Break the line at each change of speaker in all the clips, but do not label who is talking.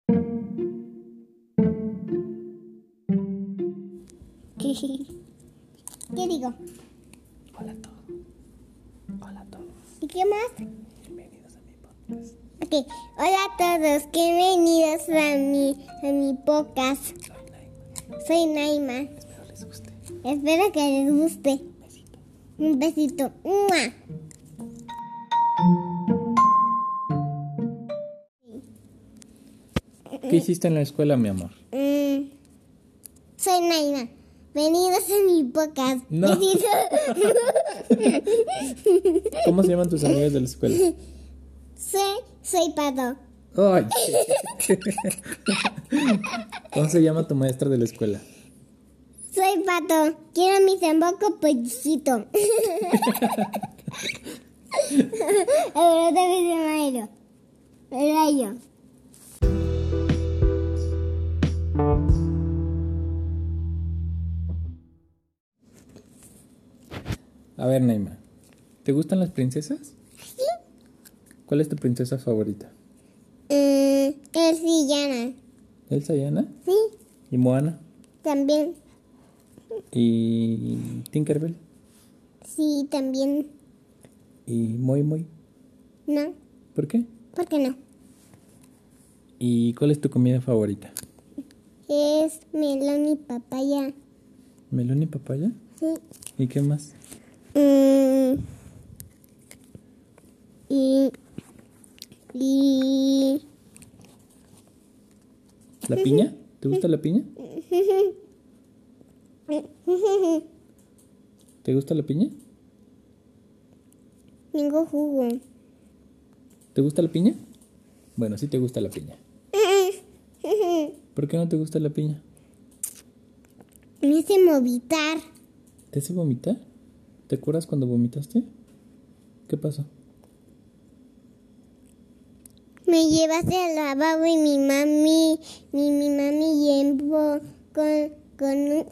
¿Qué digo?
Hola a todos. Hola a todos.
¿Y qué más?
Bienvenidos a mi podcast.
Ok, hola a todos, bienvenidos a mi, a mi podcast. Soy
Soy Naima.
Naima,
Espero les guste.
espero que les guste.
Besito.
Un besito. ¡Mua!
¿Qué hiciste en la escuela, mi amor?
Mm, soy Naima, bienvenidos a mi podcast.
No.
Besito.
¿Cómo se llaman tus amigos de la escuela?
soy, soy Pato.
Ay, qué- ¿Cómo se llama tu maestra de la escuela?
Soy Pato, quiero mi zamboco pollicito. Ahora también se llama Airo. El rayo.
A ver, Naima. ¿Te gustan las princesas? ¿Cuál es tu princesa favorita?
Mm, el sillana.
¿Elsa y Anna?
Sí,
¿Y Moana?
también.
¿Y Tinkerbell?
Sí, también.
¿Y Moi Moi?
No,
¿Por qué?
¿por qué no?
¿Y cuál es tu comida favorita?
Es melón y papaya.
¿Melón y papaya?
Sí.
¿Y qué más?
Mm, y. Y.
¿La piña? ¿Te gusta la piña? ¿Te gusta la piña?
Ningún jugo.
¿Te gusta la piña? Bueno, sí te gusta la piña. ¿Por qué no te gusta la piña?
Me hice movitar.
¿Te hace vomitar? ¿Te acuerdas cuando vomitaste? ¿Qué pasó?
Me llevaste al lavabo y mi mami, mi, mi mami llevó con, con un,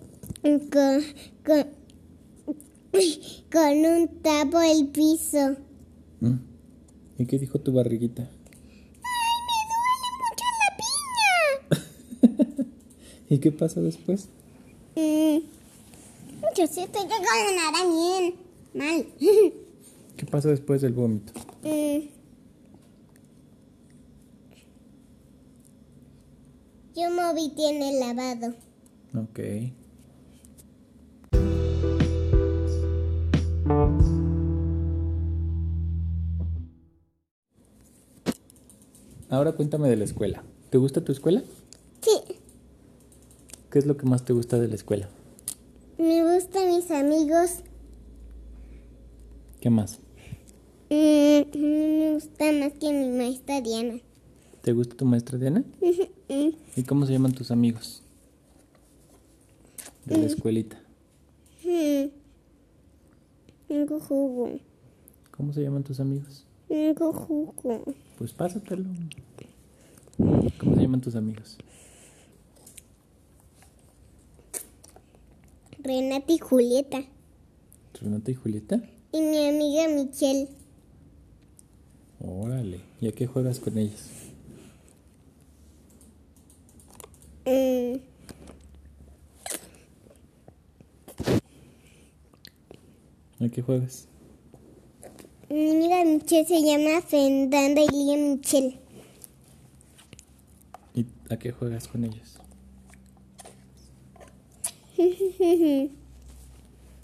con, con, con un tapo el piso.
Mm. ¿Y qué dijo tu barriguita?
¡Mucho la piña!
¿Y qué pasa después?
Mm, yo sí estoy nada bien. Mal.
¿Qué pasa después del vómito?
Mm. Yo moví en el lavado.
Ok. Ahora cuéntame de la escuela. ¿Te gusta tu escuela?
Sí.
¿Qué es lo que más te gusta de la escuela?
Me gustan mis amigos.
¿Qué más?
Mm, me gusta más que mi maestra Diana.
¿Te gusta tu maestra Diana? ¿Y cómo se llaman tus amigos? De la escuelita.
Mm. Tengo jugo.
¿Cómo se llaman tus amigos?
Tengo jugo.
Pues pásatelo. ¿Cómo se llaman tus amigos?
Renata y Julieta.
¿Renata y Julieta?
Y mi amiga Michelle.
Órale. ¿Y a qué juegas con ellos?
Mm.
¿A qué juegas?
Mi amiga Michelle se llama Fernanda y Lía Michelle.
¿Y a qué juegas con ellos?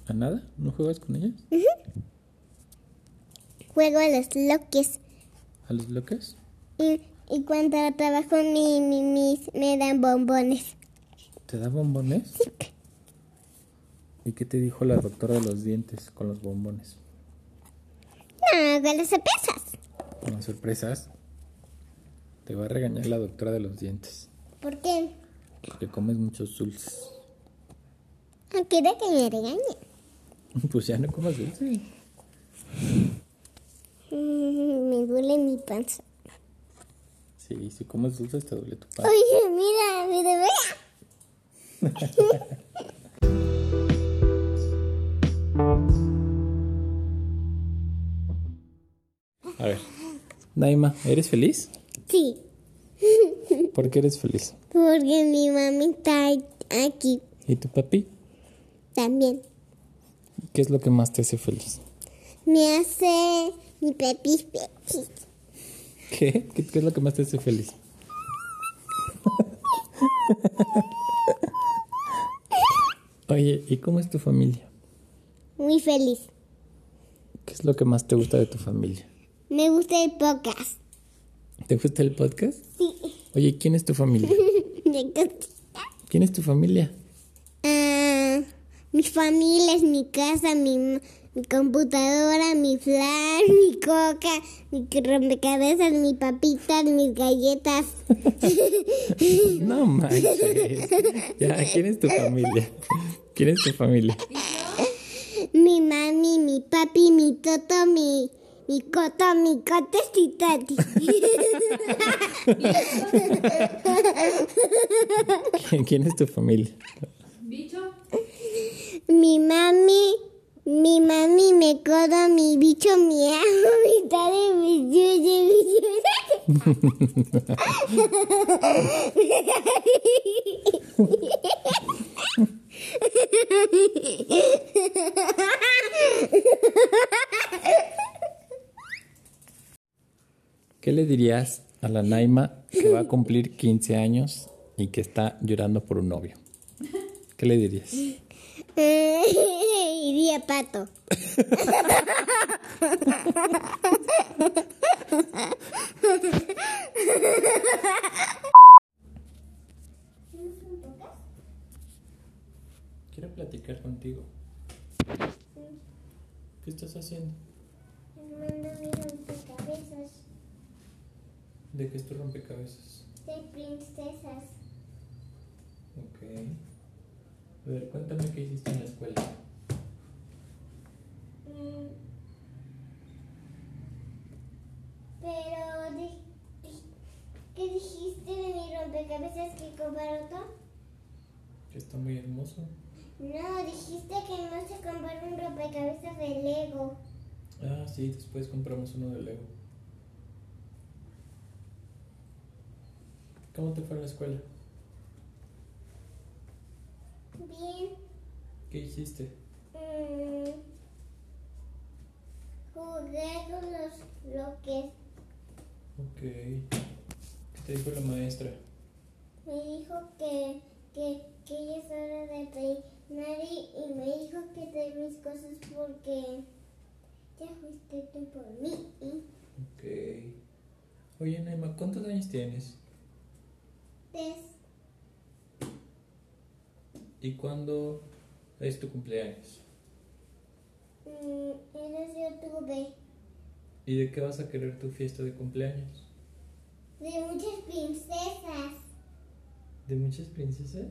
¿A nada? ¿No juegas con ellos?
Juego a los loques.
¿A los bloques?
Y, y cuando trabajo mi, mi, mis- me dan bombones.
¿Te da bombones? ¿Y qué te dijo la doctora de los dientes con los bombones?
No, con las sorpresas.
Con las sorpresas. Te va a regañar la doctora de los dientes.
¿Por qué?
Porque comes muchos dulces.
No quiero que me regañen.
Pues ya no comas dulces.
Mm, Me duele mi panza.
Sí, si comes dulces te duele tu panza.
Oye, mira, me duele.
A ver. Naima, ¿eres feliz?
Sí,
¿Por qué eres feliz?
porque mi mami está aquí.
¿Y tu papi?
también.
¿Qué es lo que más te hace feliz?
Me hace mi pepis pepis.
¿Qué? ¿Qué, qué es lo que más te hace feliz? Oye, ¿y cómo es tu familia?
Muy feliz.
¿Qué es lo que más te gusta de tu familia?
Me gusta el podcast.
¿Te gusta el podcast?
Sí.
Oye, ¿quién es tu familia?
Me gusta.
¿Quién es tu familia?
Ah, mi familia es mi casa, mi, ma- mi computadora, mi flan, mi coca, mi rompecabezas, mis papitas, mis galletas.
No manches. Ya, ¿quién es tu familia? ¿Quién es tu familia?
Mi mami, mi papi, mi toto, mi, mi coto, mi cotes y tatis.
¿Qui- ¿Quién es tu familia?
Bicho,
mi mami, mi mami, mi codo, mi bicho, mi amo, mi tare, mi yuyu, mi yuyu.
¿Qué le dirías a la Naima que va a cumplir 15 años y que está llorando por un novio? ¿Qué le dirías?
Eh, Iría pato.
Quiero platicar contigo. ¿Qué estás haciendo? ¿De qué es tu rompecabezas?
De princesas.
Ok. A ver, cuéntame qué hiciste en la escuela.
Mm. Pero, di- di- ¿qué dijiste de mi rompecabezas que comparó todo?
Que está muy hermoso.
No, dijiste que no se compró un rompecabezas de Lego.
Ah, sí, después compramos uno de Lego. ¿Cómo te fue en la escuela?
Bien.
¿Qué hiciste?
mm, Jugué con los bloques.
Ok. ¿Qué te dijo la maestra?
Me dijo que, que, que ella es hora de peinar y, y me dijo que te dé mis cosas porque ya fuiste tú por mí.
Ok. Oye, Naima, ¿cuántos años tienes?
Tres,
¿Y cuándo es tu cumpleaños?
mm, eres yo tuve
¿Y de qué vas a querer tu fiesta de cumpleaños?
de muchas princesas.
¿De muchas princesas?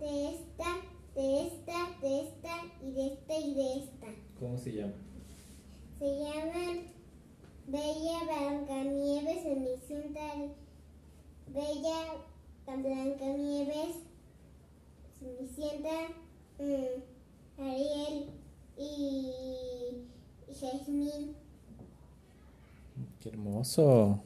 De esta, de esta, de esta y de esta y de esta.
¿Cómo se llama?
Se llaman Bella Blancanieves, Cenicienta, Bella Blancanieves, Cenicienta, mm, Ariel y, y Jazmín.
Qué hermoso.